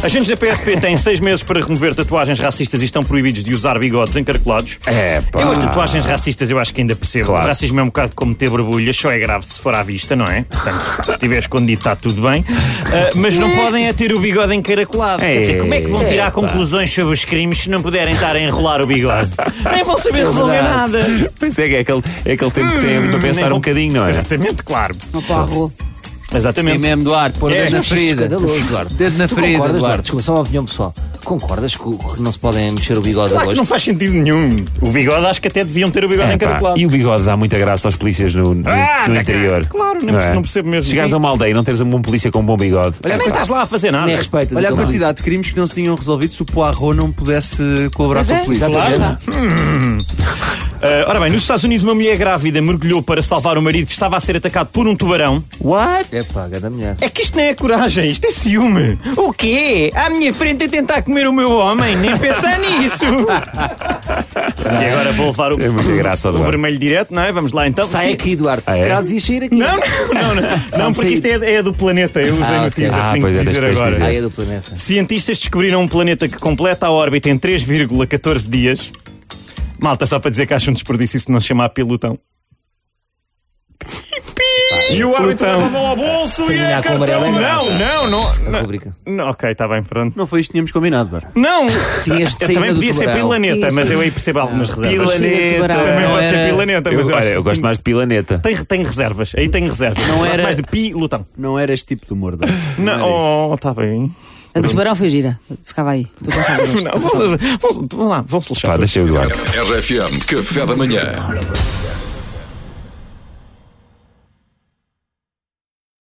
Agentes da PSP têm seis meses para remover tatuagens racistas e estão proibidos de usar bigodes encarcolados. É, pá. Eu as tatuagens racistas eu acho que ainda percebo. Claro. O racismo é um bocado como ter borbulhas, só é grave se for à vista, não é? Portanto, se estiver escondido está tudo bem. Ah, mas não podem é ter o bigode encaracolado. Quer dizer, como é que vão tirar conclusões sobre os crimes se não puderem estar a enrolar o bigode? Nem vão saber resolver nada. Pois é, que é aquele, é aquele tempo que temos É para Hum, nem pensar vou- um bocadinho, não é? Exatamente, claro. Opa, Rô. Sim Exatamente. mesmo, Duarte, pôr o É, dedo na mas ferida. escandaloso. Dedo na Tu ferida, concordas, Duarte? Duarte. Desculpa, só uma opinião pessoal. Concordas que, o- que não se podem mexer o bigode Claro que hoje? não faz sentido nenhum. O bigode acho que até deviam ter o bigode É, pá. encarapelado. E o bigode dá muita graça aos polícias no, no, Ah, no tá cá. interior. é? Claro, não perce- não percebo mesmo. Chegares Sim. a uma aldeia e não teres um bom polícia com um bom bigode. Nem estás lá a fazer nada. Nem respeitas. Olha a então, quantidade de crimes que não se tinham resolvido se o Poirot não pudesse colaborar Pois com é, a polícia. exatamente. Ah, ora bem, nos Estados Unidos, uma mulher grávida mergulhou para salvar o marido que estava a ser atacado por um tubarão. What? É pá, da mulher. É que isto não é coragem, isto é ciúme. O quê? À minha frente a tentar comer o meu homem, nem pensar nisso. e agora vou levar o, É muita graça, o Eduardo. vermelho direto, não é? Vamos lá então. Sai Se- aqui, Duarte. Ah, é? Se calhar devias sair aqui. Não, não, não, não, não porque isto é, é do planeta. Eu usei Ah, no ok. teaser, Ah, tenho pois que é, dizer tens de agora. dizer. Ah, é do planeta. Cientistas descobriram um planeta que completa a órbita em 3,14 dias. Malta, só para dizer que acho um desperdício se não se chamar pilotão. E o árbitro leva a mão ao bolso e Terminar é com o cartão. amarelo é Não, não, não. A não. rubrica. Não, ok, está bem, pronto. Não foi isto que tínhamos combinado, Duarte. Não! Tinhas de Eu sair também do podia ser é tubarão. pilaneta, Tinhas mas de- eu aí percebo algumas reservas. Pila- Pilaneta. Também Não pode ser era- pilaneta, Eu, mas eu olha, acho eu que gosto tem- mais de pilaneta. Tem, tem reservas, aí tem reservas. Não era- mais de pilotão. Não era este tipo de humor, Duarte. Não, oh, está bem. A do tubarão foi gira. Ficava aí. Estou cansada. Não, vão- vão vão- vão lá, vão-se lixar. Pá, deixa eu, Duarte. RFM Café da Manhã.